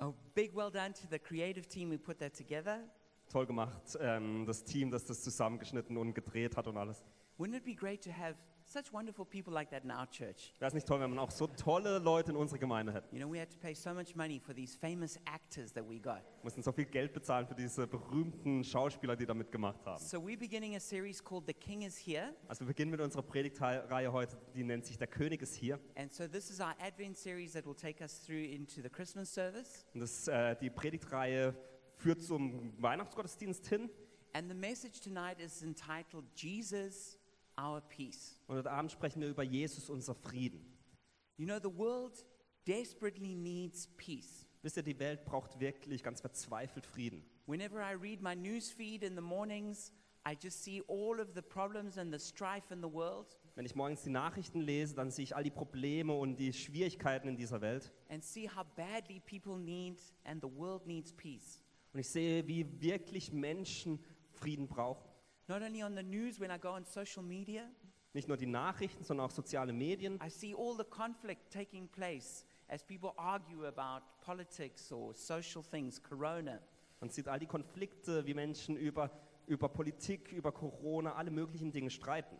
A big well done to the creative team who put that together. Toll gemacht, ähm, das Team, das das zusammengeschnitten und gedreht hat und alles. Wouldn't it be great to have such wonderful people like that in our church? Wäre es nicht toll, wenn man auch so tolle Leute in unserer Gemeinde hätte? You know, we had to pay so much money for these famous actors that we got. Wir mussten so viel Geld bezahlen für diese berühmten Schauspieler, die da mitgemacht haben. So we're beginning a series called The King is Here. Also wir beginnen mit unserer Predigtreihe heute, die nennt sich Der König ist hier. And so this is our Advent series that will take us through into the Christmas service. Und das, äh, die Predigtreihe führt zum Weihnachtsgottesdienst hin. And the message tonight is entitled Jesus, Our Peace. Und heute Abend sprechen wir über Jesus, unser Frieden. You know, the world desperately needs peace. Wisst ihr, die Welt braucht wirklich ganz verzweifelt Frieden. Whenever I read my news feed in the mornings, I just see all of the problems and the strife in the world. Wenn ich morgens die Nachrichten lese, dann sehe ich all die Probleme und die Schwierigkeiten in dieser Welt. and see how badly people need and the world needs peace. Und ich sehe, wie wirklich Menschen Frieden brauchen. Not only on the news, when I go on social media, Nicht nur die Nachrichten, sondern auch soziale Medien. I see all the conflict taking place as people argue about politics or social things, corona. Man sieht all die Konflikte, wie Menschen über, über Politik, über Corona, alle möglichen Dinge streiten.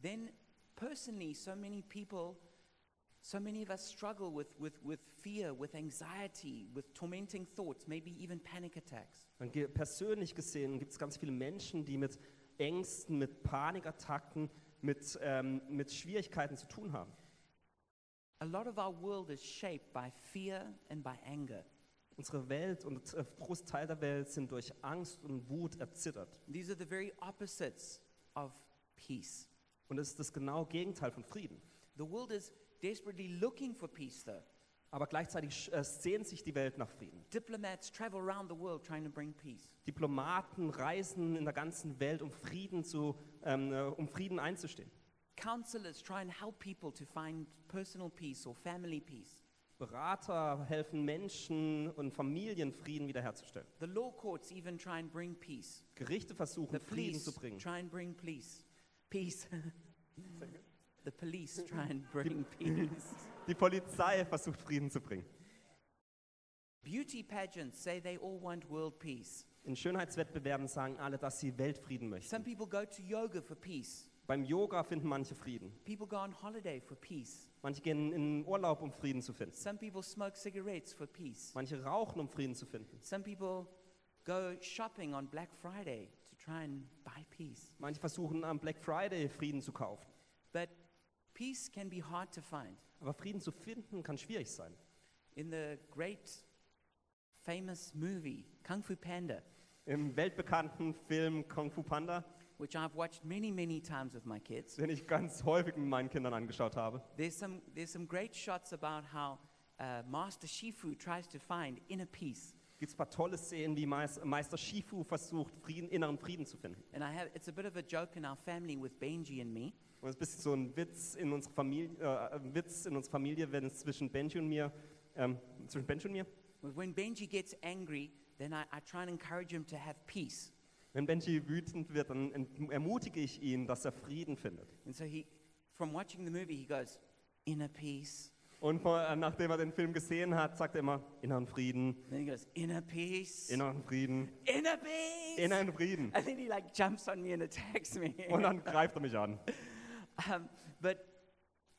Then, personally, so many people, so many of us struggle with, with, with fear, with anxiety, with tormenting thoughts, maybe even panic attacks. Und ge- persönlich gesehen gibt es ganz viele Menschen, die mit Ängsten, mit Panikattacken, mit, ähm, mit Schwierigkeiten zu tun haben. A lot of our world is shaped by fear and by anger. Unsere Welt und äh, Großteil der Welt sind durch Angst und Wut erzittert. These are the very opposites of peace. Und das ist das genaue Gegenteil von Frieden. The world is desperately looking for peace, though. Aber gleichzeitig äh, sehnt sich die Welt nach Frieden. Diplomats travel around the world trying to bring peace. Diplomaten reisen in der ganzen Welt, um Frieden, zu, ähm, äh, um Frieden einzustehen. Counselors try and help people to find personal peace or family peace. Berater helfen Menschen und Familien, Frieden wiederherzustellen. The law courts even try and bring peace. Gerichte versuchen, The Frieden police zu bringen. try and bring peace. Peace. the police try and bring peace. Die Polizei versucht, Frieden zu bringen. Beauty pageants say they all want world peace. In Schönheitswettbewerben sagen alle, dass sie Weltfrieden möchten. Some people go to yoga for peace. Beim Yoga finden manche Frieden. People go on holiday for peace. Manche gehen in Urlaub, um Frieden zu finden. Some people smoke cigarettes for peace. Manche rauchen, um Frieden zu finden. Some people go shopping on Black Friday to try and buy peace. Manche versuchen, am Black Friday Frieden zu kaufen. But peace can be hard to find. Aber Frieden zu finden kann schwierig sein. In the great famous movie Kung Fu Panda, Im weltbekannten Film Kung Fu Panda, which I've watched many, many times with my kids, den ich ganz häufig mit meinen Kindern angeschaut habe, there's some, there's some great shots about how uh, Master Shifu tries to find inner peace. gibt es ein paar tolle Szenen, wie Meis- Meister Shifu versucht, Frieden, inneren Frieden zu finden. And I have, it's a bit of a joke in our family with Benji and me. Und es ist ein bisschen so ein Witz in unserer Familie, äh, ein Witz in unserer Familie, wenn es zwischen Benji und mir, ähm, zwischen Benji und mir, When Benji gets angry, then I, I try and encourage him to have peace. wenn Benji wütend wird, dann ent- ermutige ich ihn, dass er Frieden findet. And so he, from watching the movie, he goes, inner peace. Und vor, äh, nachdem er den Film gesehen hat, sagt er immer, inneren Frieden, Then he goes, inner peace. inneren Frieden, inner peace. inneren Frieden. and then he like jumps on me and attacks me. Und dann greift er mich an. um, but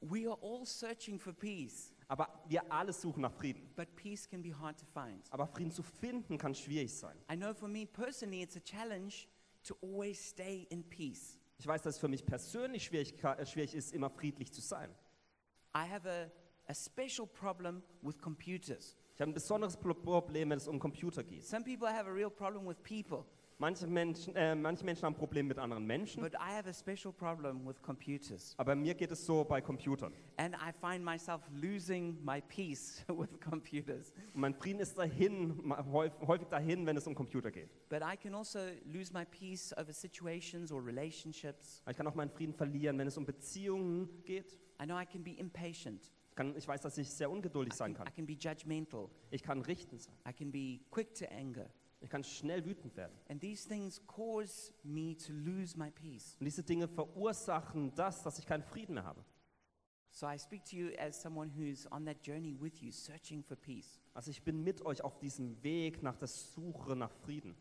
we are all searching for peace, Aber wir alle suchen nach Frieden. but peace can be hard to find. Aber Frieden zu finden kann schwierig sein. I know for me personally, it's a challenge to always stay in peace. Ich weiß, dass es für mich persönlich schwierig, äh, schwierig ist, immer friedlich zu sein. I have a, a special problem with computers. Ich habe ein besonderes Pro- Problem, wenn es um Computer geht. Some people have a real problem with people, Manche Menschen, äh, manche Menschen haben Probleme mit anderen Menschen, but I have a special problem with computers. aber mir geht es so bei Computern. And I find myself losing my peace with computers. Und mein Frieden ist dahin, ma- häuf- häufig dahin, wenn es um Computer geht. But I can also lose my peace over situations or relationships. Aber ich kann auch meinen Frieden verlieren, wenn es um Beziehungen geht. I know I can be impatient. Ich, kann, ich weiß, dass ich sehr ungeduldig I sein can, I kann. can be judgmental. Ich kann richtend sein. I can be quick to anger. Ich kann schnell wütend werden. And these things cause me to lose my peace. Und diese Dinge verursachen das, dass ich keinen Frieden mehr habe. So I speak to you as someone who's on that journey with you, searching for peace. Also ich bin mit euch auf diesem Weg nach der Suche nach Frieden.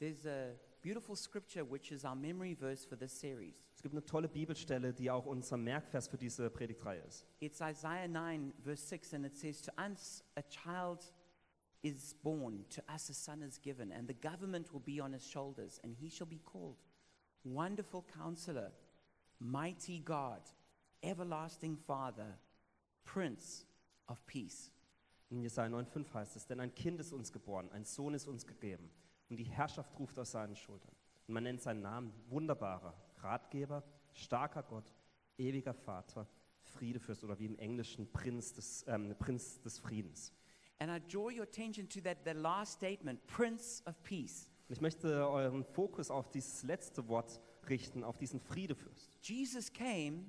There's a beautiful scripture which is our memory verse for this series. Es gibt eine tolle Bibelstelle, die auch unser Merkvers für diese Predigtreihe ist. It's Isaiah 9, verse 6, and it says, To us a child is born, to us a son is given, and the government will be on his shoulders, and he shall be called Wonderful Counselor, Mighty God, Everlasting Father, Prince of Peace. In Jesaja 9,5 heißt es: Denn ein Kind ist uns geboren, ein Sohn ist uns gegeben, und die Herrschaft ruft aus seinen Schultern. Und man nennt seinen Namen wunderbarer, Ratgeber, starker Gott, ewiger Vater, Friedefürst oder wie im Englischen Prinz des, ähm, Prinz des Friedens. And I draw your attention to that the last statement, Prince of Peace. Und ich möchte euren Fokus auf dieses letzte Wort richten, auf diesen Friedefürst. Jesus came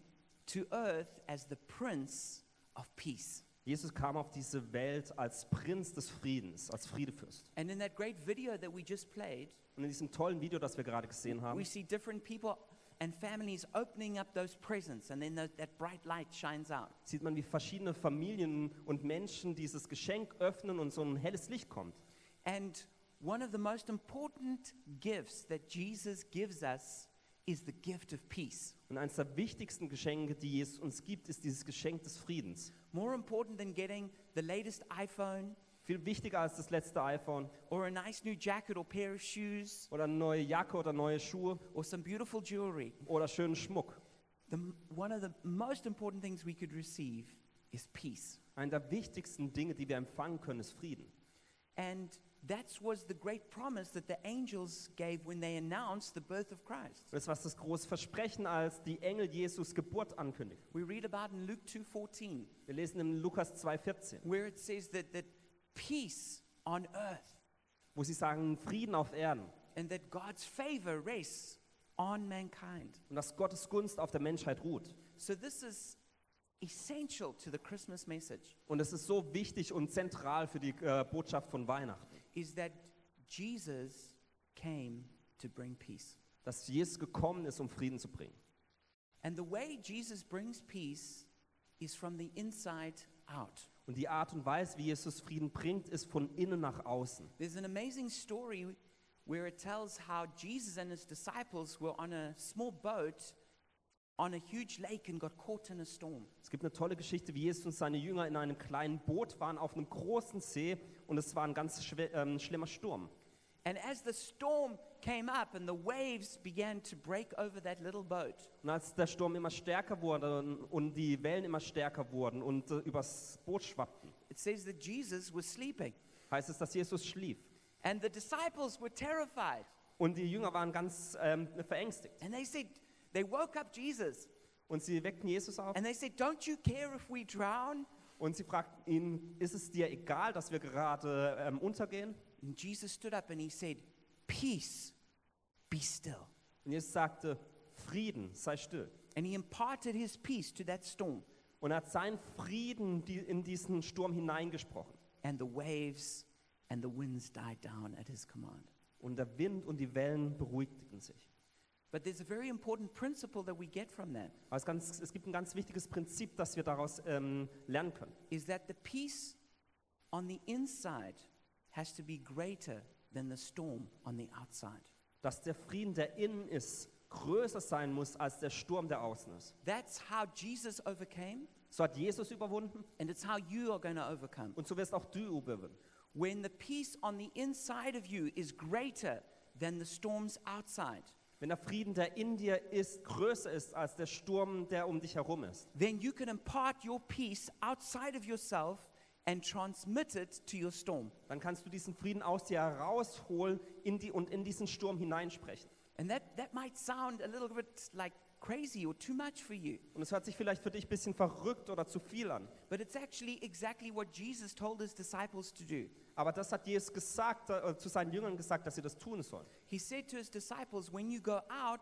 to earth as the Prince of Peace. Jesus kam auf diese Welt als Prinz des Friedens, als Friedefürst. And in that great video that we just played, Und in diesem tollen Video, das wir gerade gesehen haben, we see different people and families opening up those presents, and then tho- that bright light shines out. sieht man, wie verschiedene Familien und Menschen dieses Geschenk öffnen und so ein helles Licht kommt. And one of the most important gifts that Jesus gives us is the gift of peace. Und eines der wichtigsten Geschenke, die Jesus uns gibt, ist dieses Geschenk des Friedens. More important than getting the latest iPhone Viel wichtiger als das letzte iPhone or a nice new jacket or pair of shoes oder eine neue Jacke oder neue Schuhe or some beautiful jewelry, oder schönen Schmuck. the, m- one of the most important things we could receive is peace. Eine der wichtigsten Dinge, die wir empfangen können, ist Frieden. And that was the great promise that the angels gave when they announced the birth of Christ. Und das war das große Versprechen, als die Engel Jesus Geburt ankündigen. We read about in Luke 2:14 Wir lesen in Lukas 2,14, where it says that that peace on earth wo sie sagen, Frieden auf Erden and that God's favor rests on mankind. und dass Gottes Gunst auf der Menschheit ruht. So this is essential to the Christmas message Und es ist so wichtig und zentral für die äh, Botschaft von Weihnachten, is that Jesus came to bring peace. dass Jesus gekommen ist, um Frieden zu bringen. And the way Jesus brings peace is from the inside out. Und die Art und Weise, wie Jesus Frieden bringt, ist von innen nach außen. There's an amazing story where it tells how Jesus and his disciples were on a small boat on a huge lake and got caught in a storm. Es gibt eine tolle Geschichte, wie Jesus und seine Jünger in einem kleinen Boot waren auf einem großen See und es war ein ganz schwe- ähm, schlimmer Sturm. And as the storm came up and the waves began to break over that little boat, Und als der Sturm immer stärker wurde und die Wellen immer stärker wurden und äh, übers Boot schwappten, it says that Jesus was sleeping. heißt es, dass Jesus schlief. And the disciples were terrified. Und die Jünger waren ganz ähm, verängstigt. And they said, they woke up Jesus Und sie weckten Jesus auf and they said, Don't you care if we drown? und sie fragten ihn, ist es dir egal, dass wir gerade ähm, untergehen? And Jesus stood up and he said, Peace, be still. Und Jesus sagte, Frieden, sei still. And he imparted his peace to that storm. Und er hat seinen Frieden die- in diesen Sturm hineingesprochen. and the waves and the winds died down at his command. Und der Wind und die Wellen beruhigten sich. But there's a very important principle that we get from that Aber es, ganz, es gibt ein ganz wichtiges Prinzip, das wir daraus ähm, lernen können. is that the peace on the inside has to be greater than the storm on the outside. Dass der Frieden, der innen ist, größer sein muss als der Sturm, der außen ist. That's how Jesus overcame, So hat Jesus überwunden and it's how you are going to overcome. und so wirst auch du überwinden. When the peace on the inside of you is greater than the storms outside, Wenn der Frieden, der in dir ist, größer ist als der Sturm, der um dich herum ist, then you can impart your peace outside of yourself and transmit it to your storm. dann kannst du diesen Frieden aus dir herausholen in die, und in diesen Sturm hineinsprechen. And that, that might sound a little bit like crazy or too much for you, Und es hört sich vielleicht für dich ein bisschen verrückt oder zu viel an. but it's actually exactly what Jesus told his disciples to do. Aber das hat Jesus gesagt, äh, zu seinen Jüngern gesagt, dass sie das tun sollen. He said to his disciples, When you go out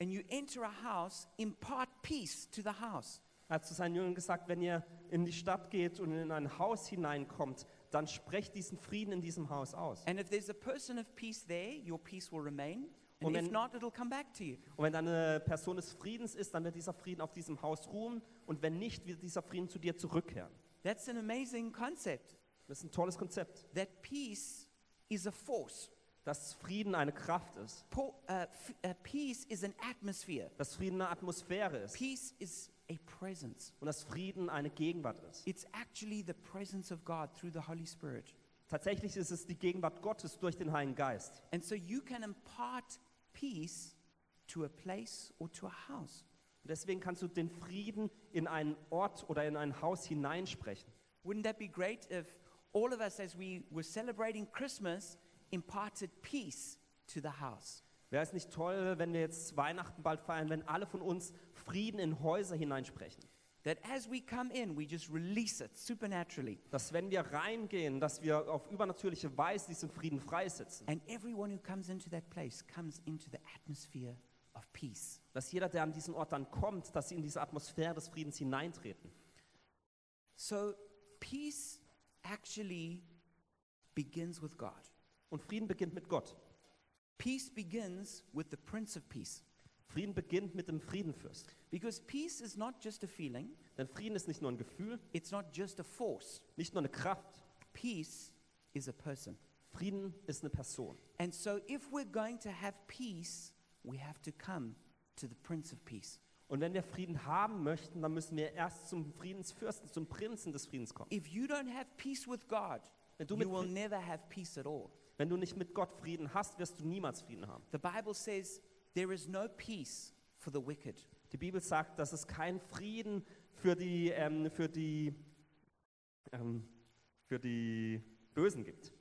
and you enter a house, impart peace to the house. Er hat zu seinen Jüngern gesagt, wenn ihr in die Stadt geht und in ein Haus hineinkommt, dann sprecht diesen Frieden in diesem Haus aus. And if there's a person of peace there, your peace will remain. And Und if wenn, not, it'll come back to you. und wenn dann eine Person des Friedens ist, dann wird dieser Frieden auf diesem Haus ruhen. Und wenn nicht, wird dieser Frieden zu dir zurückkehren. That's an amazing concept. Das ist ein tolles Konzept. That peace is a force. Dass Frieden eine Kraft ist. Po- uh, f- uh, peace is an atmosphere. Dass Frieden eine Atmosphäre ist. Peace is a presence. Und dass Frieden eine Gegenwart ist. It's actually the presence of God through the Holy Spirit. Tatsächlich ist es die Gegenwart Gottes durch den Heiligen Geist. And so you can impart peace to a place or to a house. Und deswegen kannst du den Frieden in einen Ort oder in ein Haus hineinsprechen. Wouldn't that be great if all of us, as we were celebrating Christmas, imparted peace to the house? Wäre es nicht toll, wenn wir jetzt Weihnachten bald feiern, wenn alle von uns Frieden in Häuser hineinsprechen? That as we come in, we just release it supernaturally. Dass wenn wir reingehen, dass wir auf übernatürliche Weise diesen Frieden freisetzen. And everyone who comes into that place comes into the atmosphere of peace. Dass jeder, der an diesen Ort dann kommt, dass sie in diese Atmosphäre des Friedens hineintreten. So peace actually begins with God. Und Frieden beginnt mit Gott. Peace begins with the Prince of Peace. Frieden beginnt mit dem Friedenfürst. Because peace is not just a feeling, Denn Frieden ist nicht nur ein Gefühl, it's not just a force. nicht nur eine Kraft. Peace is a person. Frieden ist eine Person. And so if we're going to have peace, we have to come to the Prince of Peace. Und wenn wir Frieden haben möchten, dann müssen wir erst zum Friedensfürsten, zum Prinzen des Friedens kommen. If you don't have peace with God, Wenn du, you mit, will never have peace at all. wenn du nicht mit Gott Frieden hast, wirst du niemals Frieden haben. The Bible says there is no peace for the wicked. Die Bibel sagt, dass es keinen Frieden für die, ähm, für die, ähm, für die Bösen gibt.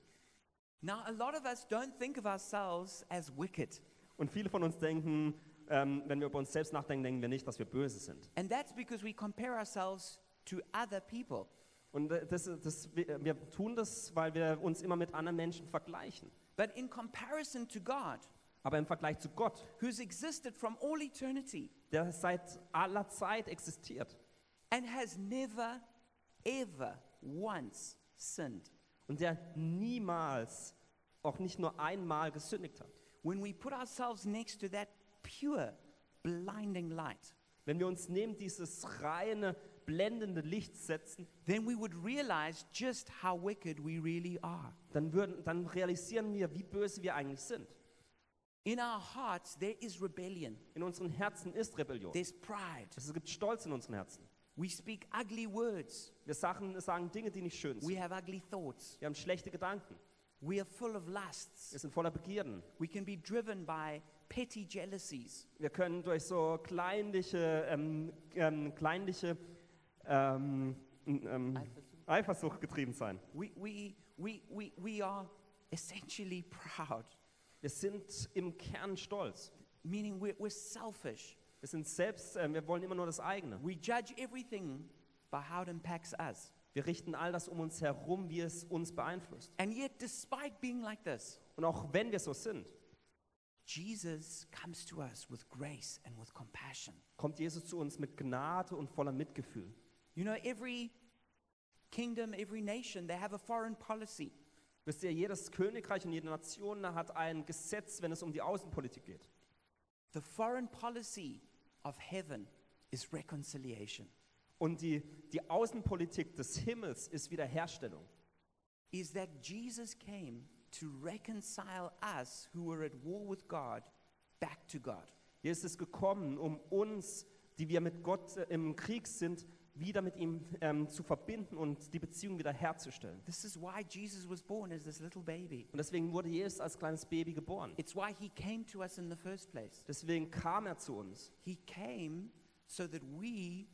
Now, a lot of us don't think of ourselves as wicked. Und viele von uns denken, ähm, wenn wir über uns selbst nachdenken, denken wir nicht, dass wir böse sind. And that's because we compare ourselves to other people. Und äh, das, das, wir wir tun das, weil wir uns immer mit anderen Menschen vergleichen. But in comparison to God, Aber im Vergleich zu Gott, who's existed from all eternity der seit aller Zeit existiert and has never, ever once sinned, und der niemals, auch nicht nur einmal gesündigt hat. when we put ourselves next to that pure, blinding light, Wenn wir uns neben dieses reine, blendende Licht setzen, then we would realize just how wicked we really are. dann, würden, dann realisieren wir, wie böse wir eigentlich sind. In our hearts, there is rebellion, In unseren Herzen ist Rebellion. there's pride. Es gibt Stolz in unseren Herzen. We speak ugly words, Wir sagen, sagen Dinge, die nicht schön we sind. have ugly thoughts, Wir haben schlechte Gedanken. we are full of lusts. Wir sind voller Begierden. We can be driven by petty jealousies. Wir können durch so kleinliche, ähm, ähm, kleinliche ähm, ähm, Eifersucht getrieben sein. We, we, we, we, we are essentially proud, Wir sind im Kern stolz. meaning we're, we're selfish. Wir sind selbst, äh, wir wollen immer nur das eigene. We judge everything by how it impacts us. Wir richten all das um uns herum, wie es uns beeinflusst. And yet, despite being like this, Und auch wenn wir so sind, Jesus comes to us with grace and with compassion. kommt Jesus zu uns mit Gnade und voller Mitgefühl. You know, every kingdom, every nation, they have a foreign policy. Wisst ihr, jedes Königreich und jede Nation hat ein Gesetz, wenn es um die Außenpolitik geht. The foreign policy of heaven is reconciliation, Und die, die Außenpolitik des Himmels ist Wiederherstellung. is that Jesus came to reconcile us who were at war with God back to God. Jesus ist gekommen, um uns, die wir mit Gott äh, im Krieg sind, wieder mit ihm ähm, zu verbinden und die Beziehung wiederherzustellen. This is why Jesus was born as this little baby. Und deswegen wurde Jesus als kleines Baby geboren. It's why he came to us in the first place. Deswegen kam er zu uns. He came so that we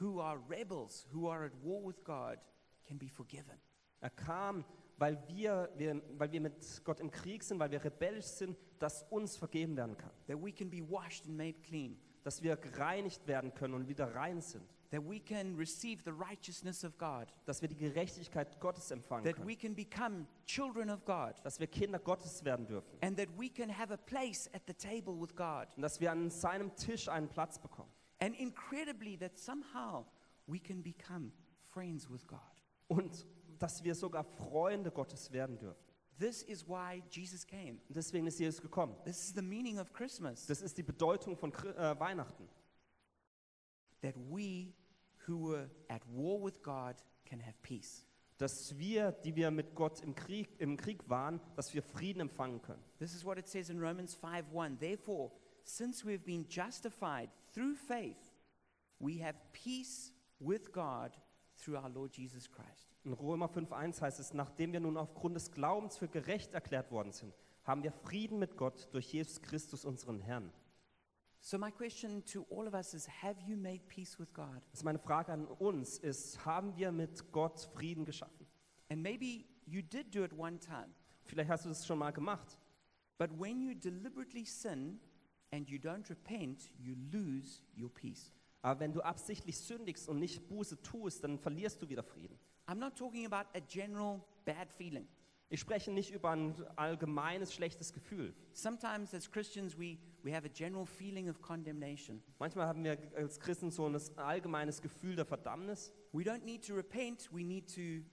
who are rebels, who are at war with God, can be forgiven. Er kam, weil wir, wir, weil wir mit Gott im Krieg sind, weil wir rebellisch sind, dass uns vergeben werden kann. That we can be washed and made clean. Dass wir gereinigt werden können und wieder rein sind. That we can receive the righteousness of God. Dass wir die Gerechtigkeit Gottes empfangen That we können. can become children of God. Dass wir Kinder Gottes werden dürfen. And that we can have a place at the table with God. Und dass wir an seinem Tisch einen Platz bekommen. And incredibly, that somehow we can become friends with God. Und dass wir sogar Freunde Gottes werden dürfen. This is why Jesus came. Und deswegen ist Jesus gekommen. This is the meaning of Christmas Das ist die Bedeutung von Chri- äh, Weihnachten. that we who were at war with God can have peace. Dass wir, die wir mit Gott im Krieg, im Krieg waren, dass wir Frieden empfangen können. This is what it says in Romans 5:1. Therefore, since we've been justified through faith, we have peace with God through our Lord Jesus Christ. In Römer 5.1 heißt es, nachdem wir nun aufgrund des Glaubens für gerecht erklärt worden sind, haben wir Frieden mit Gott durch Jesus Christus, unseren Herrn. So my question to all of us is have you made peace with God? Also meine Frage an uns ist, haben wir mit Gott Frieden geschaffen? And maybe you did do it one time, Vielleicht hast du das schon mal gemacht. but when you deliberately sin and you don't repent, you lose your peace. Aber wenn du absichtlich sündigst und nicht Buße tust, dann verlierst du wieder Frieden. I'm not talking about a general bad feeling. Ich spreche nicht über ein allgemeines schlechtes Gefühl. Sometimes as Christians we, we have a general feeling of condemnation. Manchmal haben wir als Christen so ein allgemeines Gefühl der Verdammnis. We don't need to repent, we need to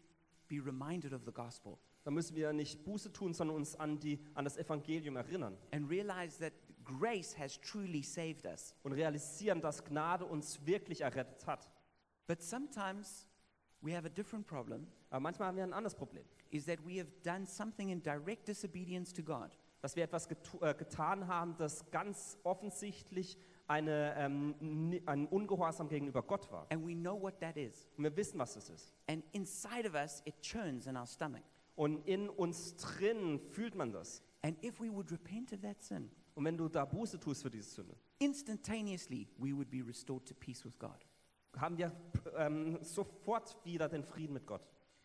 be reminded of the gospel Da müssen wir nicht Buße tun, sondern uns an, die, an das Evangelium erinnern and realize that grace has truly saved us. und realisieren, dass Gnade uns wirklich errettet hat. But sometimes we have a different problem Aber manchmal haben wir ein anderes Problem, is that we have done something in direct disobedience to God. dass wir etwas getu- äh, getan haben, das ganz offensichtlich eine, ähm, ni- ein Ungehorsam gegenüber Gott war. And we know what that is. Und wir wissen, was das ist. And inside of us, it churns in our stomach. Und in uns drin fühlt man das. And if we would repent of that sin, Und wenn du da Buße tust für diese Sünde, instantaneously we would be restored to peace with God. haben wir ähm, sofort wieder den Frieden mit Gott.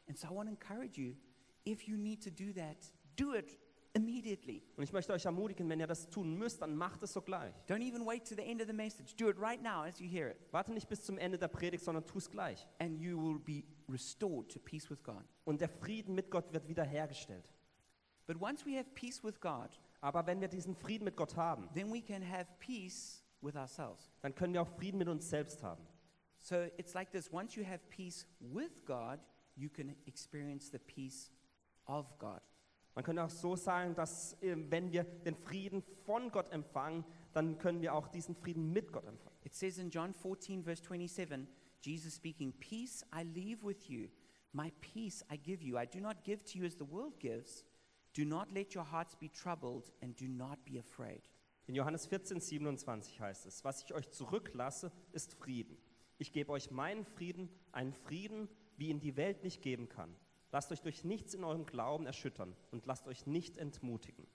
And so I want to encourage you if you need to do that, do it immediately. Und ich möchte euch ermutigen, wenn ihr das tun müsst, dann macht es sogleich. Don't even wait to the end of the message. Do it right now as you hear it. Warte nicht bis zum Ende der Predigt, sondern tu es gleich. And you will be restored to peace with God. Und der Frieden mit Gott wird wiederhergestellt. But once we have peace with God, Aber wenn wir diesen Frieden mit Gott haben, then we can have peace with ourselves. dann können wir auch Frieden mit uns selbst haben. So it's like this once you have peace with God, you can experience the peace of God. Man könnte auch so sagen, dass äh, wenn wir den Frieden von Gott empfangen, dann können wir auch diesen Frieden mit Gott empfangen. It says in John 14, verse 27, Jesus speaking, Peace I leave with you, my peace I give you. I do not give to you as the world gives. Do not let your hearts be troubled, and do not be afraid. In Johannes 14, 27 heißt es, was ich euch zurücklasse, ist Frieden. Ich gebe euch meinen Frieden, einen Frieden, wie ihn die Welt nicht geben kann. Lasst euch durch nichts in eurem Glauben erschüttern und lasst euch nicht entmutigen.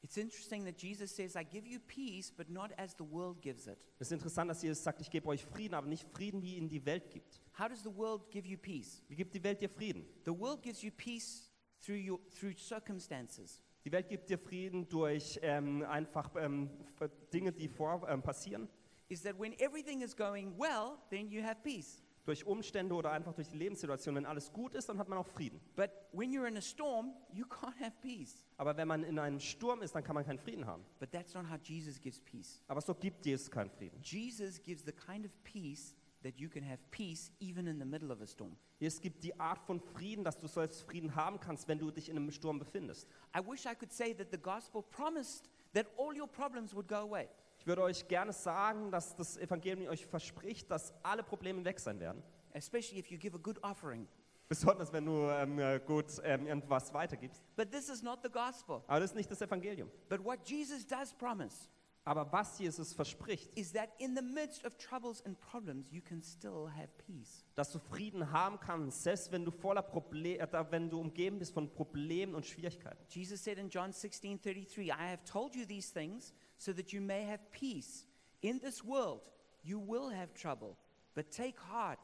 It's interesting that Jesus says, I give you peace, but not as the world gives it. Es ist interessant, dass Jesus sagt, ich gebe euch Frieden, aber nicht Frieden, wie ihn die Welt gibt. How does the world give you peace? Wie gibt die Welt dir Frieden? The world gives you peace through, your, through circumstances. Die Welt gibt dir Frieden durch ähm, einfach ähm, f- Dinge, die vor ähm, passieren, is that when everything is going well, then you have peace. durch Umstände oder einfach durch die Lebenssituation. Wenn alles gut ist, dann hat man auch Frieden. But when you're in a storm, you can't have peace. Aber wenn man in einem Sturm ist, dann kann man keinen Frieden haben. But that's not how Jesus gives peace. Aber so gibt Jesus keinen Frieden. Jesus gives the kind of peace that you can have peace even in the middle of a storm. Es gibt die Art von Frieden, dass du selbst Frieden haben kannst, wenn du dich in einem Sturm befindest. I wish I could say that the gospel promised that all your problems would go away. Ich würde euch gerne sagen, dass das Evangelium euch verspricht, dass alle Probleme weg sein werden. Especially if you give a good offering. Besonders wenn du ähm, äh, gut ähm, irgendwas weitergibst. But this is not the gospel. Aber das ist nicht das Evangelium. But what Jesus does promise Aber was Jesus verspricht, is that in the midst of troubles and problems, you can still have peace. dass du Frieden haben kannst, selbst wenn du voller Proble äh, da- wenn du umgeben bist von Problemen und Schwierigkeiten. Jesus said in John 16 33, I have told you these things so that you may have peace. In this world you will have trouble, but take heart,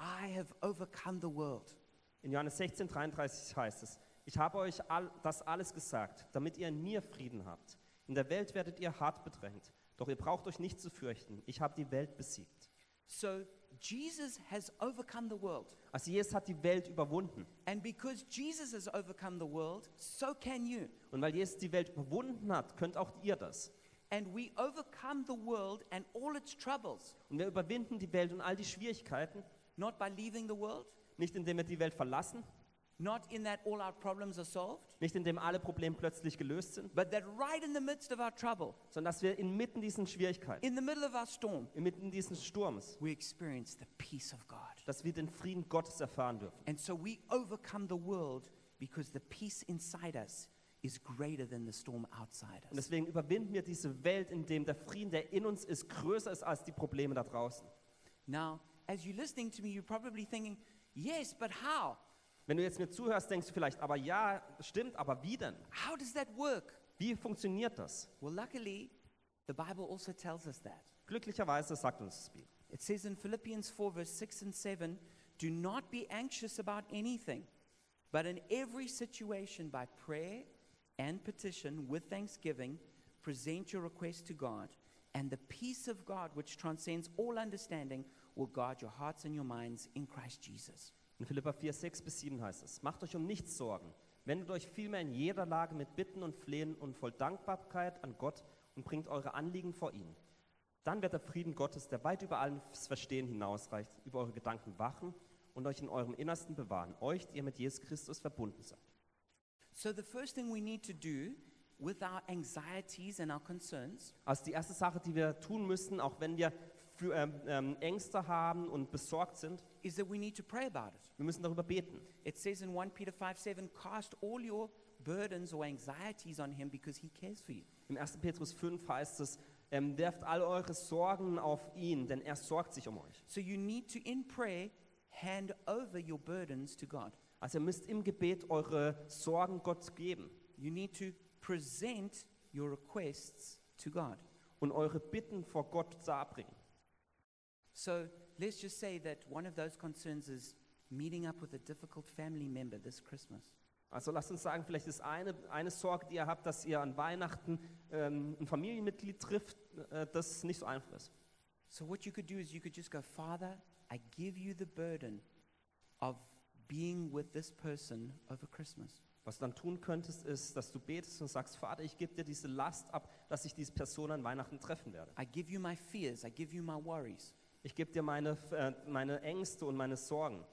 I have overcome the world. In Johannes 16, 33 heißt es, ich habe euch all, das alles gesagt, damit ihr in mir Frieden habt. In der Welt werdet ihr hart bedrängt, doch ihr braucht euch nicht zu fürchten, ich habe die Welt besiegt. So Jesus has overcome the world. Also Jesus hat die Welt überwunden. And because Jesus has overcome the world, so can you. Und weil Jesus die Welt überwunden hat, könnt auch ihr das. And we overcome the world and all its troubles, Und wir überwinden die Welt und all die Schwierigkeiten, not by leaving the world, nicht indem wir die Welt verlassen, Not in that all our problems are solved, Nicht indem alle Probleme plötzlich gelöst sind, but that right in the midst of our trouble, sondern dass wir inmitten diesen Schwierigkeiten, in the middle of our storm, inmitten dieses Sturms, we experience the peace of God. dass wir den Frieden Gottes erfahren dürfen. And so we overcome the world because the peace inside us is greater than the storm outside Und us. deswegen überwinden wir diese Welt, indem der Frieden, der in uns ist, größer ist als die Probleme da draußen. Now, as you're listening to me, you're probably thinking, yes, but how? Wenn du jetzt mir zuhörst, denkst du vielleicht, aber ja, stimmt, aber wie denn? How does that work? Wie funktioniert das? Well, luckily, the Bible also tells us that. Glücklicherweise sagt uns das Bibel. It says in Philippians 4, verse 6 and 7 do not be anxious about anything, but in every situation, by prayer and petition with thanksgiving, present your request to God, and the peace of God, which transcends all understanding, will guard your hearts and your minds in Christ Jesus. In Philippa 4, 6 bis 7 heißt es, macht euch um nichts Sorgen, wendet euch vielmehr in jeder Lage mit Bitten und Flehen und voll Dankbarkeit an Gott und bringt eure Anliegen vor ihn. Dann wird der Frieden Gottes, der weit über alles Verstehen hinausreicht, über eure Gedanken wachen und euch in eurem Innersten bewahren, euch, die ihr mit Jesus Christus verbunden seid. So, the first thing we need to do with our anxieties and our concerns Also die erste Sache, die wir tun müssen, auch wenn wir für, ähm, ähm, Ängste haben und besorgt sind, is that we need to pray about it. wir müssen darüber beten. It says in 1 Peter 5 7, cast all your burdens or anxieties on him because he cares for you. Im 1. Petrus 5 heißt es, ähm, werft all eure Sorgen auf ihn, denn er sorgt sich um euch. So you need to, in prayer, hand over your burdens to God. Also ihr müsst im Gebet eure Sorgen Gott geben You need to present your requests to God. und eure Bitten vor Gott darbringen. So let's just say that one of those concerns is meeting up with a difficult family member this Christmas. Also lasst uns sagen, vielleicht ist eine, eine Sorge, die ihr habt, dass ihr an Weihnachten ähm, ein Familienmitglied trifft, äh, das nicht so einfach ist. So what you could do is you could just go, Father, I give you the burden of being with this person over Christmas. Was du dann tun könntest, ist, dass du betest und sagst, Vater, ich gebe dir diese Last ab, dass ich diese Person an Weihnachten treffen werde. I give you my fears, I give you my worries. Ich gebe dir meine, äh, meine Ängste und meine Sorgen.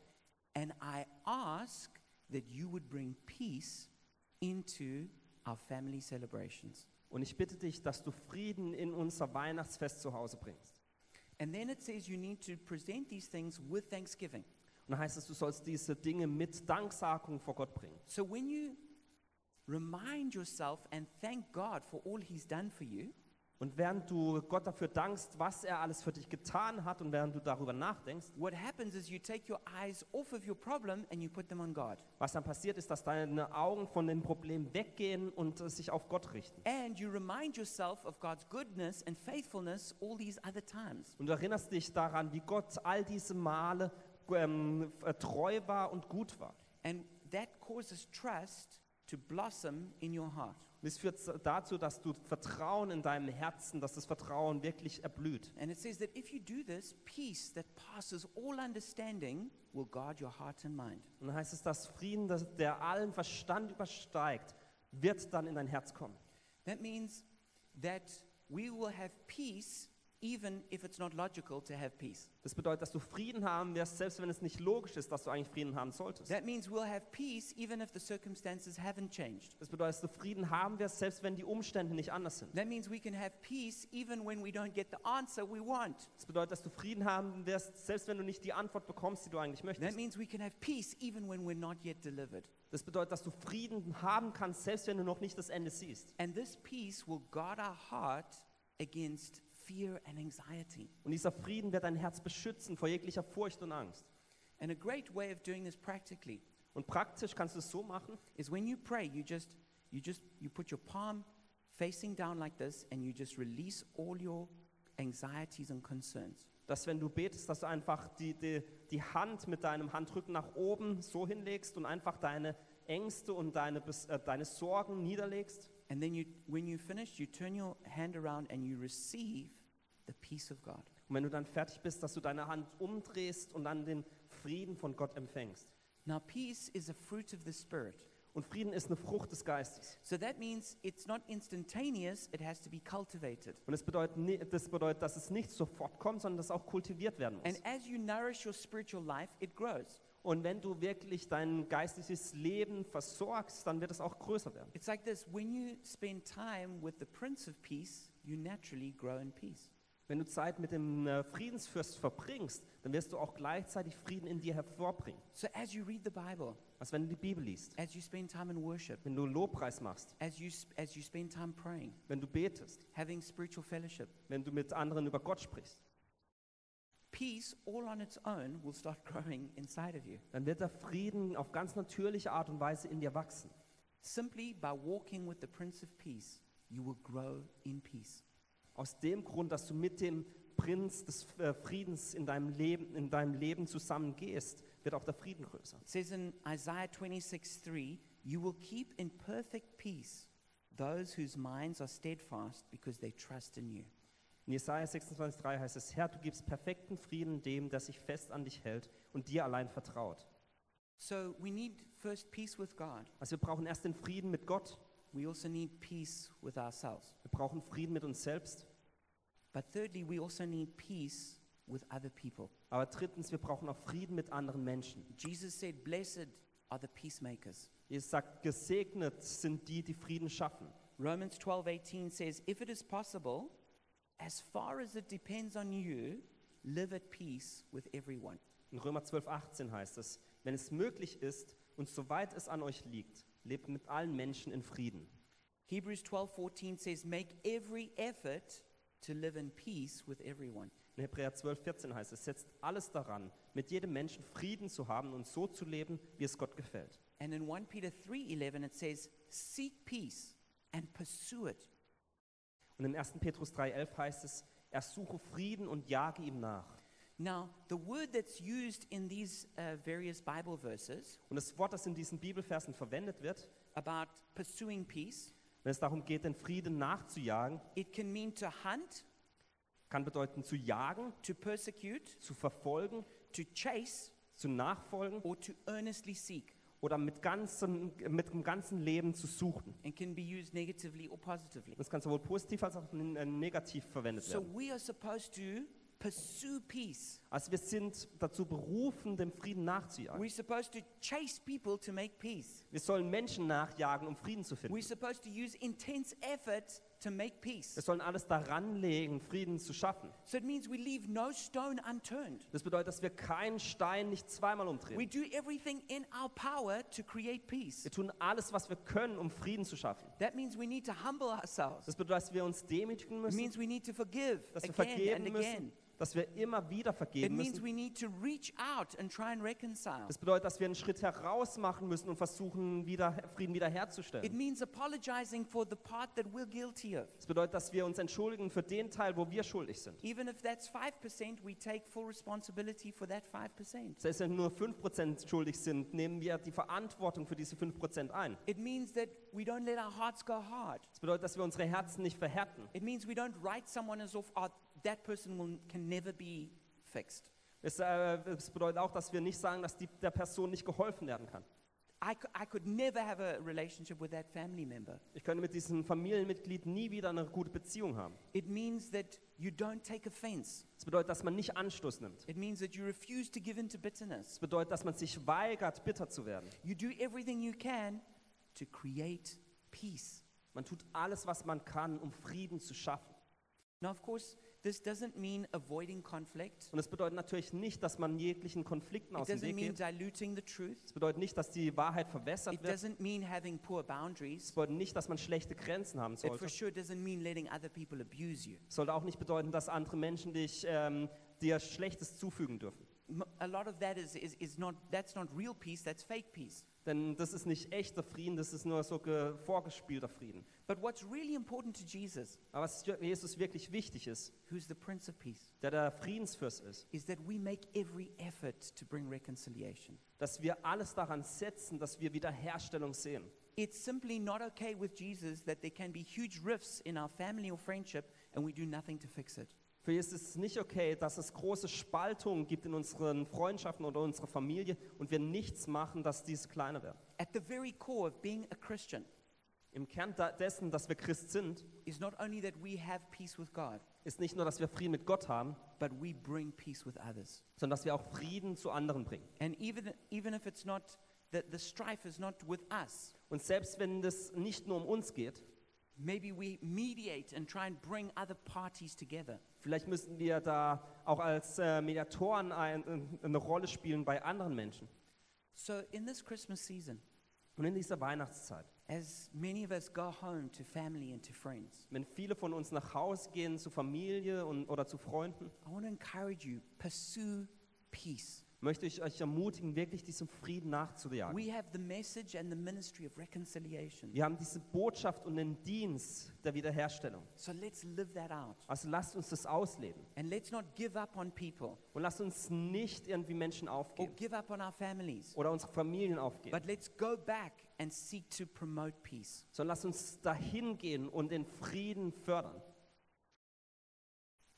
And I ask that you would bring peace into our family celebrations. Und ich bitte dich, dass du Frieden in unser Weihnachtsfest zu Hause bringst. And then it says you need to present these things with thanksgiving. Und dann heißt es, du sollst diese Dinge mit Danksagung vor Gott bringen. So when you remind yourself and thank God for all He's done for you, Und während du Gott dafür dankst, was er alles für dich getan hat und während du darüber nachdenkst, what happens is you take your eyes off of your problem and you put them on God. was dann passiert ist, dass deine Augen von dem Problem weggehen und äh, sich auf Gott richten. And you remind yourself of God's goodness and faithfulness all these other times. Und du erinnerst dich daran, wie Gott all diese Male ähm, äh, treu war und gut war. And that causes trust to blossom in your heart. Und es führt dazu, dass du Vertrauen in deinem Herzen, dass das Vertrauen wirklich erblüht. And it says that if you do this, peace that passes all understanding will guard your heart and mind. Und dann heißt es, dass Frieden, das- der allen Verstand übersteigt, wird dann in dein Herz kommen. That means that we will have peace even if it's not logical to have peace. Das bedeutet, dass du Frieden haben wirst, selbst wenn es nicht logisch ist, dass du eigentlich Frieden haben solltest. That means we'll have peace even if the circumstances haven't changed. Das bedeutet, dass du Frieden haben wirst, selbst wenn die Umstände nicht anders sind. That means we can have peace even when we don't get the answer we want. Das bedeutet, dass du Frieden haben wirst, selbst wenn du nicht die Antwort bekommst, die du eigentlich That möchtest. means we can have peace even when we're not yet delivered. Das bedeutet, dass du Frieden haben kannst, selbst wenn du noch nicht das Ende siehst. And this peace will guard our heart against fear and anxiety. Und dieser Frieden wird dein Herz beschützen vor jeglicher Furcht und Angst. And a great way of doing this practically Und praktisch kannst du es so machen, is when you pray you just you just you put your palm facing down like this and you just release all your anxieties and concerns dass wenn du betest, dass du einfach die, die, die Hand mit deinem Handrücken nach oben so hinlegst und einfach deine Ängste und deine, Bes- äh, deine Sorgen niederlegst. and then you when you finish you turn your hand around and you receive the peace of god Und wenn du dann fertig bist, dass du deine Hand umdrehst und dann den Frieden von Gott empfängst. now peace is a fruit of the spirit Und Frieden ist eine Frucht des Geistes. so that means it's not instantaneous it has to be cultivated Und das bedeutet, ni- das bedeutet, dass es nicht sofort kommt, sondern dass auch kultiviert werden muss. and as you nourish your spiritual life it grows Und wenn du wirklich dein geistliches Leben versorgst, dann wird es auch größer werden. It's like this when you spend time with the Prince of Peace, you naturally grow in peace. Wenn du Zeit mit dem äh, Friedensfürst verbringst, dann wirst du auch gleichzeitig Frieden in dir hervorbringen. So as you read the Bible, Als wenn du die Bibel liest, as you spend time in worship, wenn du Lobpreis machst, as you, s- as you spend time praying, wenn du betest, having spiritual fellowship, wenn du mit anderen über Gott sprichst, peace all on its own will start growing inside of you dann wird der Frieden auf ganz natürliche Art und Weise in dir wachsen. simply by walking with the prince of peace you will grow in peace Aus dem Grund, dass du mit dem Prinz des äh, Friedens in deinem Leben, in deinem Leben zusammengehst, wird auch der Frieden größer. it says in isaiah 26 3 you will keep in perfect peace those whose minds are steadfast because they trust in you In Jesaja 26,3 heißt es: Herr, du gibst perfekten Frieden dem, der sich fest an dich hält und dir allein vertraut. so we need first peace with god Also, wir brauchen erst den Frieden mit Gott. we also need peace with ourselves Wir brauchen Frieden mit uns selbst. but thirdly we also need peace with other people Aber drittens, wir brauchen auch Frieden mit anderen Menschen. jesus said blessed are the peacemakers Jesus sagt: Gesegnet sind die, die Frieden schaffen. Romans 12:18 says, "If it is possible, as far as it depends on you, live at peace with everyone." In Römer 12,18 heißt es: Wenn es möglich ist und soweit es an euch liegt, lebt mit allen Menschen in Frieden. Hebrews 12:14 says, "Make every effort to live in peace with everyone." In Hebräer 12, 14 heißt es, setzt alles daran, mit jedem Menschen Frieden zu haben und so zu leben, wie es Gott gefällt. And in 1 Peter 3:11 it says, "Seek peace and pursue it." Und im 1. Petrus 3, 11 heißt es, ersuche Frieden und jage ihm nach. Now, the word that's used in these uh, various Bible verses Und das Wort, das in diesen Bibelversen verwendet wird, about pursuing peace, wenn es darum geht, den Frieden nachzujagen, it can mean to hunt, kann bedeuten zu jagen, to persecute, zu verfolgen, to chase, zu nachfolgen or to earnestly seek. oder mit, ganzem, mit dem ganzen Leben zu suchen. and can be used negatively or positively. Das kann sowohl positiv als auch n- äh, negativ verwendet So werden. we are supposed to pursue peace. Also wir sind dazu berufen, dem Frieden nachzujagen. We're supposed to chase people to make peace. Wir sollen Menschen nachjagen, um Frieden zu finden. We're supposed to use intense effort to make peace. Wir sollen alles daran legen, Frieden zu schaffen. So it means we leave no stone unturned. Das bedeutet, dass wir keinen Stein nicht zweimal umdrehen. We do everything in our power to create peace. Wir tun alles, was wir können, um Frieden zu schaffen. That means we need to humble ourselves. Das bedeutet, dass wir uns demütigen It müssen, means we need to forgive dass again wir and vergeben again. müssen, dass wir immer wieder It vergeben means müssen. we need to reach out and try and reconcile. Das bedeutet, dass wir einen Schritt heraus machen müssen und versuchen, wieder, Frieden It wiederherzustellen. means apologizing for the part that we're guilty of. Das bedeutet, dass wir uns entschuldigen für den Teil, wo wir schuldig sind. Even if that's 5%, we take full responsibility for that 5%. Selbst wenn wir nur 5% schuldig sind, nehmen wir die Verantwortung für diese 5% ein. It means that we don't let our hearts go hard. Das bedeutet, dass wir unsere Herzen nicht verhärten. It means we don't write someone as off, oh, that person will, can never be fixed. Es, äh, es bedeutet auch, dass wir nicht sagen, dass die, der Person nicht geholfen werden kann. I, cou- I could never have a relationship with that family member. Ich könnte mit diesem Familienmitglied nie wieder eine gute Beziehung haben. It means that you don't take offense. Das bedeutet, dass man nicht Anstoß nimmt. It means that you refuse to give in to bitterness. Das bedeutet, dass man sich weigert, bitter zu werden. You do everything you can to create peace. Man tut alles, was man kann, um Frieden zu schaffen. Now, of course, this doesn't mean avoiding conflict. Und das bedeutet natürlich nicht, dass man jeglichen Konflikten It aus dem doesn't Weg mean geht. diluting the truth. Das bedeutet nicht, dass die Wahrheit verwässert It wird. doesn't mean having poor boundaries. Das bedeutet nicht, dass man schlechte Grenzen haben It for sollte. sure doesn't mean letting other people abuse you. Sollte auch nicht bedeuten, dass andere Menschen dich, ähm, dir Schlechtes zufügen dürfen. M- A lot of that is, is, is not, that's not real peace, that's fake peace. Denn das ist nicht echter Frieden, das ist nur so ge- vorgespielter Frieden. But what's really important to Jesus, Aber was Jesus wirklich wichtig ist, who's the Prince of Peace, der der Friedensfürst ist, is that we make every effort to bring reconciliation. dass wir alles daran setzen, dass wir Wiederherstellung sehen. It's simply not okay with Jesus that there can be huge rifts in our family or friendship and we do nothing to fix it. Für Jesus ist es nicht okay, dass es große Spaltungen gibt in unseren Freundschaften oder unserer Familie und wir nichts machen, dass diese kleiner werden. At the very core of being a Christian Im Kern da- dessen, dass wir Christ sind, is not only that we have peace with God, ist nicht nur, dass wir Frieden mit Gott haben, but we bring peace with others. sondern dass wir auch Frieden zu anderen bringen. And even, even if it's not, the, the strife is not with us, Und selbst wenn es nicht nur um uns geht, maybe we mediate and try and bring other parties together. vielleicht müssen wir da auch als äh, Mediatoren ein, äh, eine Rolle spielen bei anderen Menschen. So in this Christmas season, Und in dieser Weihnachtszeit, as many of us go home to family and to friends, wenn viele von uns nach Hause gehen zu Familie und, oder zu Freunden, I want to encourage you, pursue peace. möchte ich euch ermutigen, wirklich diesem Frieden nachzujagen. We have the message and the ministry of reconciliation. Wir haben diese Botschaft und den Dienst der Wiederherstellung. So let's live that out. Also lasst uns das ausleben And let's not give up on people und lasst uns nicht irgendwie Menschen or aufgeben give up on our families, oder unsere Familien aufgeben, but let's go back and seek to promote peace. sondern lasst uns dahin gehen und den Frieden fördern.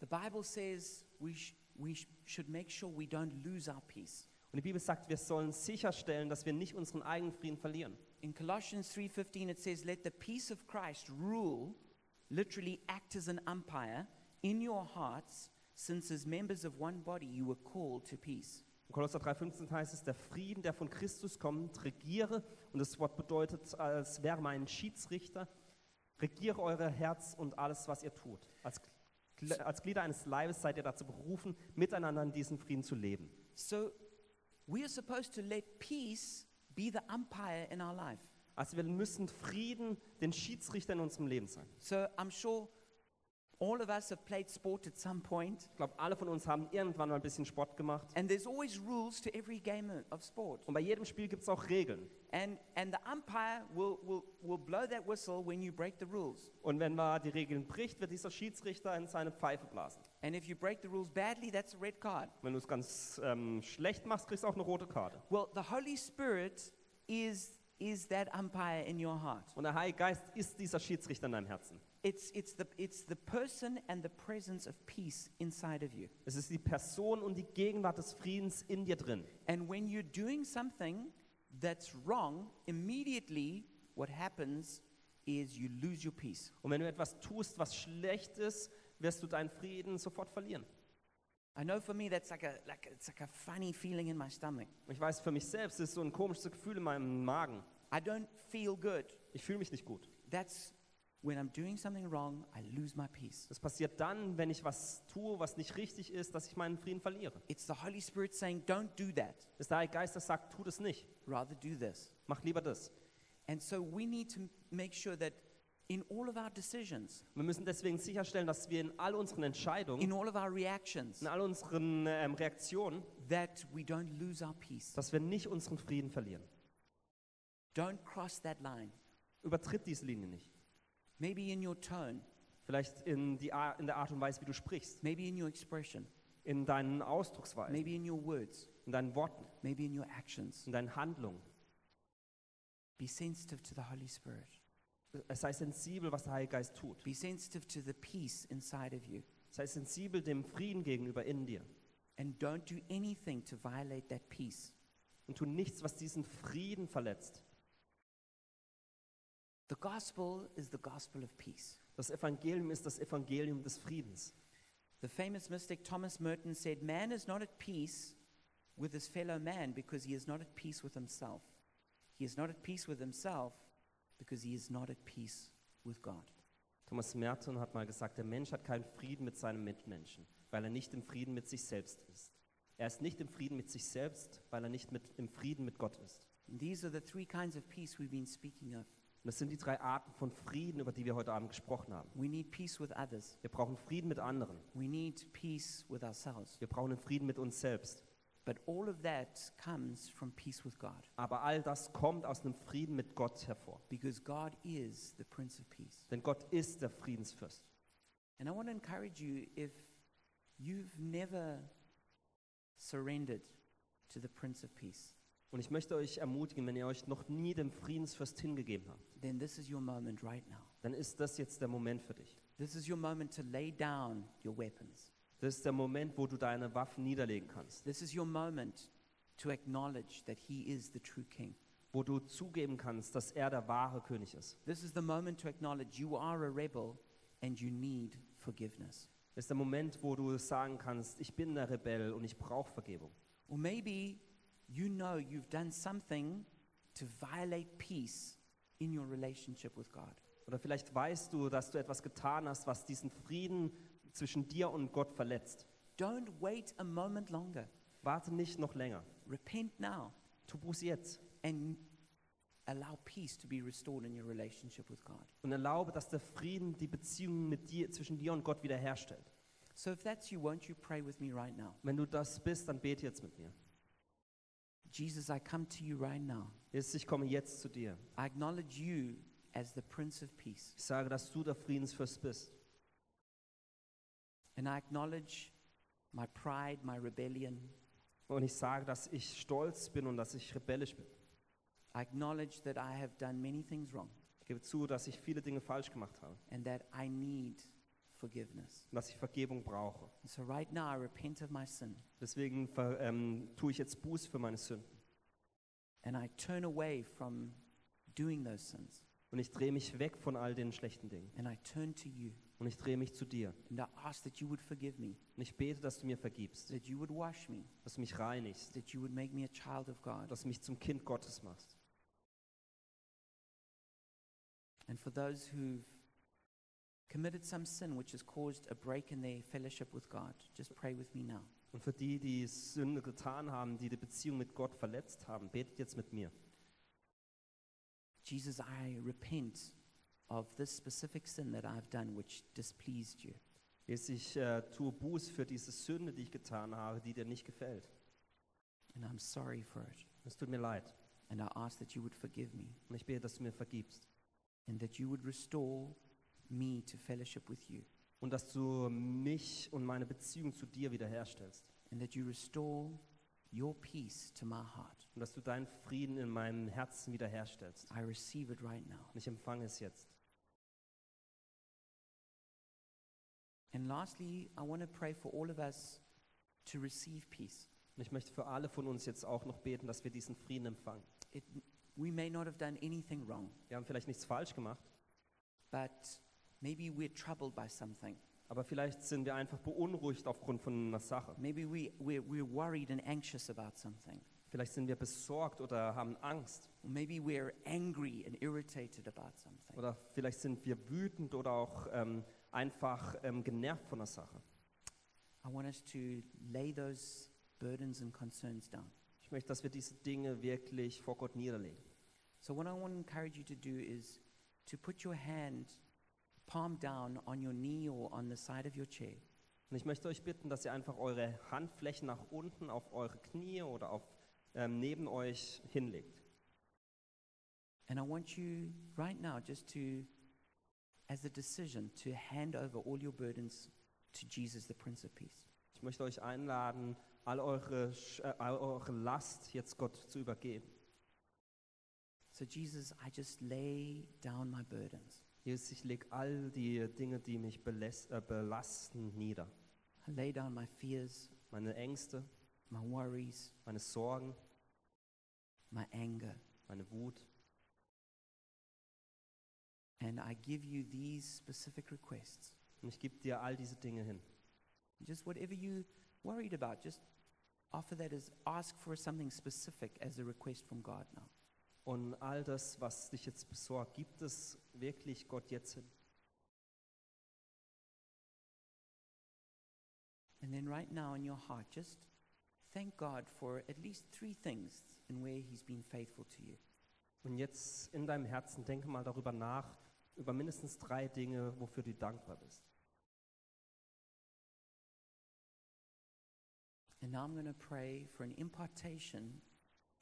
The Bible says we, sh- we sh- should make sure we don't lose our peace. Und die Bibel sagt, wir sollen sicherstellen, dass wir nicht unseren eigenen Frieden verlieren. In Colossians 3:15 it says let the peace of Christ rule literally act as an umpire in your hearts since as members of one body you were called to peace. In Kolosser 3,15 heißt es, der Frieden, der von Christus kommt, regiere. Und das Wort bedeutet, als wäre mein Schiedsrichter, regiere eure Herz und alles, was ihr tut. Als, Gl- als Glieder eines Leibes seid ihr dazu berufen, miteinander in diesem Frieden zu leben. So we are supposed to let peace be the umpire in our life. Also wir müssen Frieden, den Schiedsrichter in unserem Leben sein. So I'm sure all of us have played sport at some point, Ich glaube, alle von uns haben irgendwann mal ein bisschen Sport gemacht. and there's always rules to every game o- of sport. Und bei jedem Spiel gibt es auch Regeln. And, and the umpire will, will, will blow that whistle when you break the rules. Und wenn man die Regeln bricht, wird dieser Schiedsrichter in seine Pfeife blasen. And if you break the rules badly, that's a red card. Wenn du es ganz ähm, schlecht machst, kriegst du auch eine rote Karte. Well, the Holy Spirit is, is that umpire in your heart. Und der Heilige Geist ist dieser Schiedsrichter in deinem Herzen. It's, it's, the, it's the person and the presence of peace inside of you. Es ist die Person und die Gegenwart des Friedens in dir drin. And when you're doing something that's wrong, immediately what happens is you lose your peace. Und wenn du etwas tust, was schlecht ist, wirst du deinen Frieden sofort verlieren. I know for me that's like a like it's like a funny feeling in my stomach. Und ich weiß für mich selbst, es ist so ein komisches Gefühl in meinem Magen. I don't feel good. Ich fühle mich nicht gut. That's when I'm doing something wrong, I lose my peace. Das passiert dann, wenn ich was tue, was nicht richtig ist, dass ich meinen Frieden verliere. It's the Holy Spirit saying, "Don't do that. Es ist der Heilige Geist, der sagt, tu das nicht. Rather do this." Mach lieber das. And so we need to m- make sure that in all of our decisions, Wir müssen deswegen sicherstellen, dass wir in all unseren Entscheidungen, in all of our reactions, in all unseren ähm, Reaktionen, that we don't lose our peace. dass wir nicht unseren Frieden verlieren. Don't cross that line. Übertritt diese Linie nicht. Maybe in your tone, Vielleicht in, die Ar in der Art und Weise, wie du sprichst, maybe in your expression, in deinen Ausdrucksweisen, maybe in your words, in deinen Worten, maybe in your actions. in deinen Handlungen. Be sensitive to the Holy Spirit. Äh, Sei sensibel, was der Heilige Geist tut. Be sensitive to the peace inside of you. Sei sensibel dem Frieden gegenüber in dir. And don't do anything to violate that peace. Und tu nichts, was diesen Frieden verletzt. The gospel is the gospel of peace. Das Evangelium ist das Evangelium des Friedens. The famous mystic Thomas Merton said, Man is not at peace with his fellow man because he is not at peace with himself. He is not at peace with himself because he is not at peace with God. Thomas Merton hat mal gesagt, der Mensch hat keinen Frieden mit seinem Mitmenschen, weil er nicht im Frieden mit sich selbst ist. Er ist nicht im Frieden mit sich selbst, weil er nicht mit, im Frieden mit Gott ist. And these are the three kinds of peace we've been speaking of. Und das sind die drei Arten von Frieden, über die wir heute Abend gesprochen haben. We need peace with others, Wir brauchen Frieden mit anderen. we need peace with ourselves. Wir brauchen den Frieden mit uns selbst. But all of that comes from peace with God Aber all das kommt aus einem Frieden mit Gott hervor. because God is the Prince of Peace. Denn Gott ist der Friedensfürst. And I want to encourage you if you've never surrendered to the Prince of Peace, Und ich möchte euch ermutigen, wenn ihr euch noch nie dem Friedensfürst hingegeben habt, then this is your moment right now. dann ist das jetzt der Moment für dich. This is your moment to lay down your weapons. Das ist der Moment, wo du deine Waffen niederlegen kannst. This is your moment to acknowledge that He is the true King. wo du zugeben kannst, dass er der wahre König ist. This is the moment to acknowledge you are a rebel and you need forgiveness. Das ist der Moment, wo du sagen kannst, ich bin der Rebell und ich brauche Vergebung. Or maybe you know you've done something to violate peace in your relationship with God. Oder vielleicht weißt du, dass du etwas getan hast, was diesen Frieden zwischen dir und Gott verletzt. Don't wait a moment longer. Warte nicht noch länger. Repent now Tu Buße jetzt and allow peace to be restored in your relationship with God. und erlaube, dass der Frieden die Beziehung mit dir, zwischen dir und Gott wiederherstellt. So if that's you, won't you pray with me right now? Wenn du das bist, dann bete jetzt mit mir. Jesus, I come to you right now. Jesus, ich komme jetzt zu dir. I acknowledge you as the Prince of Peace, Ich sage, dass du der Friedensfürst bist. and I acknowledge my pride, my rebellion. Und ich sage, dass ich stolz bin und dass ich rebellisch bin. I acknowledge that I have done many things wrong Ich gebe zu, dass ich viele Dinge falsch gemacht habe and that I need forgiveness. und dass ich Vergebung brauche. And so right now, I repent of my sin Deswegen ver- ähm, tue ich jetzt Buße für meine Sünden. and I turn away from doing those sins Und ich drehe mich weg von all den schlechten Dingen. and I turn to you Und ich drehe mich zu dir. and I ask that you would forgive me, Und ich bete, dass du mir vergibst, that you would wash me, dass du mich reinigst, that you would make me a child of God. dass du mich zum Kind Gottes machst. And for those who've committed some sin which has caused a break in their fellowship with God, just pray with me now. Und für die, die Sünde getan haben, die die Beziehung mit Gott verletzt haben, betet jetzt mit mir. Jesus, I repent of this specific sin that I've done which displeased you. Jesus, ich äh, tue Buß für diese Sünde, die ich getan habe, die dir nicht gefällt. And I'm sorry for it. Es tut mir leid. And I ask that you would forgive me Und ich bete, dass du mir vergibst. and that you would restore me to fellowship with you Und dass du mich und meine Beziehung zu dir wiederherstellst. and that you restore your peace to my heart. Und dass du deinen Frieden in meinem Herzen wiederherstellst. I receive it right now. Und ich empfange es jetzt. And lastly, I want to pray for all of us to receive peace. Und ich möchte für alle von uns jetzt auch noch beten, dass wir diesen Frieden empfangen. It, we may not have done anything wrong, Wir haben vielleicht nichts falsch gemacht, but maybe we're troubled by something. aber vielleicht sind wir einfach beunruhigt aufgrund von einer Sache. Maybe we, we're, we're worried and anxious about something. Vielleicht sind wir besorgt oder haben Angst. Or maybe we're angry and irritated about something. Oder vielleicht sind wir wütend oder auch ähm, einfach ähm, genervt von einer Sache. I want us to lay those burdens and concerns down. Ich möchte, dass wir diese Dinge wirklich vor Gott niederlegen. So, what I want to encourage you to do is to put your hand palm down on your knee or on the side of your chair Und ich möchte euch bitten, dass ihr einfach eure Handflächen nach unten auf eure Knie oder auf, ähm, neben euch hinlegt. And I want you right now just to, as a decision, to hand over all your burdens to Jesus, the Prince of Peace. Ich möchte euch einladen, all eure, Sch- äh, all eure Last jetzt Gott zu übergeben. So, Jesus, I just lay down my burdens. Jesus, ich lege all die Dinge, die mich beläs- äh, belasten, nieder. I lay down my fears, Meine Ängste, my worries, meine Sorgen, my anger. meine Wut. And I give you these specific requests. Und ich gebe dir all diese Dinge hin. Just whatever you worried about, just offer that as ask for something specific as a request from God now. Und all das, was dich jetzt besorgt, gibt es wirklich Gott jetzt hin. And then right now in your heart, just thank God for at least three things in where He's been faithful to you. Und jetzt in deinem Herzen denke mal darüber nach, über mindestens drei Dinge, wofür du dankbar bist. And now I'm going to pray for an impartation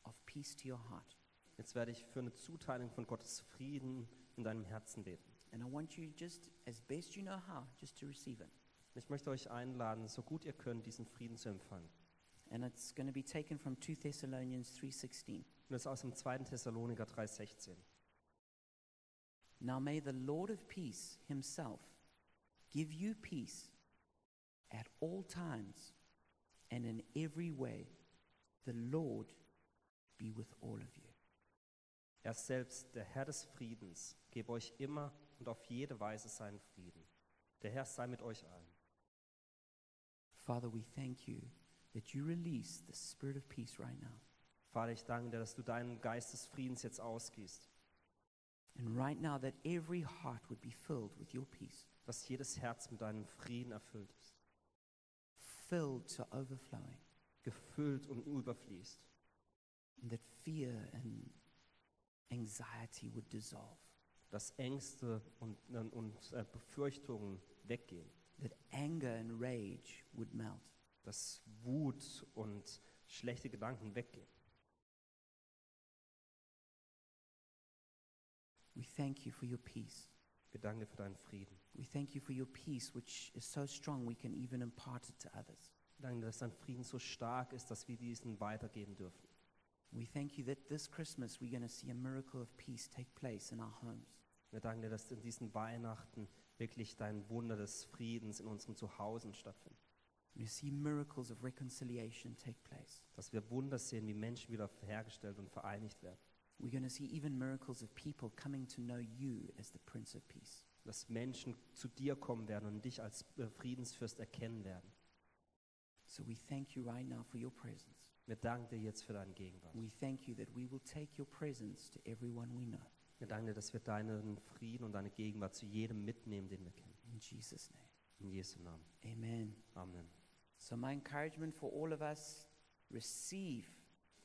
of peace to your heart. Jetzt werde ich für eine Zuteilung von Gottes Frieden in deinem Herzen beten. And I want you just, as best you know how, just to receive it. Und Ich möchte euch einladen, so gut ihr könnt, diesen Frieden zu empfangen. And it's going to be taken from 2 Thessalonians 3:16. Und das ist aus dem 2. Thessaloniker 3,16. Now may the Lord of peace himself give you peace at all times and in every way. The Lord be with all of you. Er ist selbst, der Herr des Friedens, gebe euch immer und auf jede Weise seinen Frieden. Der Herr sei mit euch allen. Father, we thank you that you release the spirit of peace right now. Vater, ich danke dir, dass du deinen Geist des Friedens jetzt ausgießt, And right now, that every heart would be filled with your peace, dass jedes Herz mit deinem Frieden erfüllt ist, filled to overflowing, gefüllt und überfließt, and that fear and anxiety would dissolve, dass Ängste und, und äh, Befürchtungen weggehen, that anger and rage would melt, dass Wut und schlechte Gedanken weggehen. We thank you for your peace. Wir danken dir für deinen Frieden. We thank you for your peace, which is so strong we can even impart it to others. Wir danken dir, dass dein Frieden so stark ist, dass wir diesen weitergeben dürfen. We thank you that this Christmas we're going to see a miracle of peace take place in our homes. Wir danken dir, dass in diesen Weihnachten wirklich dein Wunder des Friedens in unserem Zuhause stattfindet. We see miracles of reconciliation take place. Dass wir Wunder sehen, wie Menschen wieder hergestellt und vereinigt werden. We're going to see even miracles of people coming to know you as the Prince of Peace. Dass Menschen zu dir kommen werden und dich als äh, Friedensfürst erkennen werden. So we thank you right now for your presence. Wir danken dir jetzt für deine Gegenwart. We thank you that we will take your presence to everyone we know. Wir danken dir, dass wir deinen Frieden und deine Gegenwart zu jedem mitnehmen, den wir kennen. In Jesus' name. In Jesu Namen. Amen. Amen. So, my encouragement for all of us receive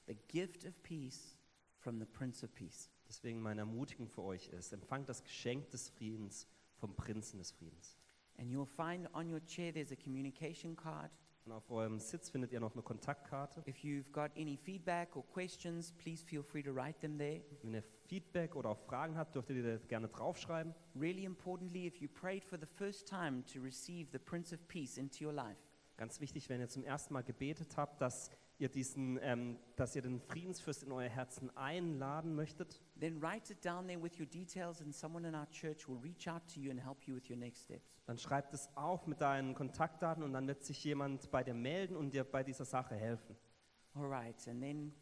the gift of peace from the Prince of Peace. Deswegen meine Ermutigung für euch ist, empfangt das Geschenk des Friedens vom Prinzen des Friedens. And you'll find on your chair there's a communication card. Und auf eurem Sitz findet ihr noch eine Kontaktkarte. If you've got any feedback or questions, please feel free to write them there. Wenn ihr Feedback oder auch Fragen habt, dürft ihr die da gerne draufschreiben. Really importantly, if you prayed for the first time to receive the Prince of Peace into your life, Ganz wichtig, wenn ihr zum ersten Mal gebetet habt, dass ihr, diesen, ähm, dass ihr den Friedensfürst in euer Herzen einladen möchtet, then write it down there with your details, and someone in our church will reach out to you and help you with your next steps. dann schreibt es auf mit deinen Kontaktdaten und dann wird sich jemand bei dir melden und dir bei dieser Sache helfen. All right, and then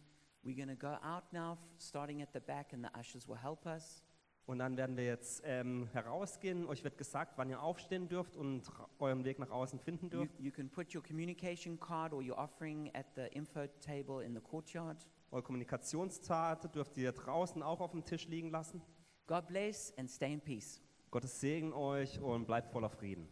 we're going to go out now, f- starting at the back, and the ushers will help us. Und dann werden wir jetzt ähm, herausgehen. Euch wird gesagt, wann ihr aufstehen dürft und ra- euren Weg nach außen finden You, dürft. you can put your communication card or your offering at the info table in the courtyard. Eure Kommunikationstate dürft ihr draußen auch auf dem Tisch liegen lassen. God bless and stay in peace. Gottes Segen euch und bleibt voller Frieden.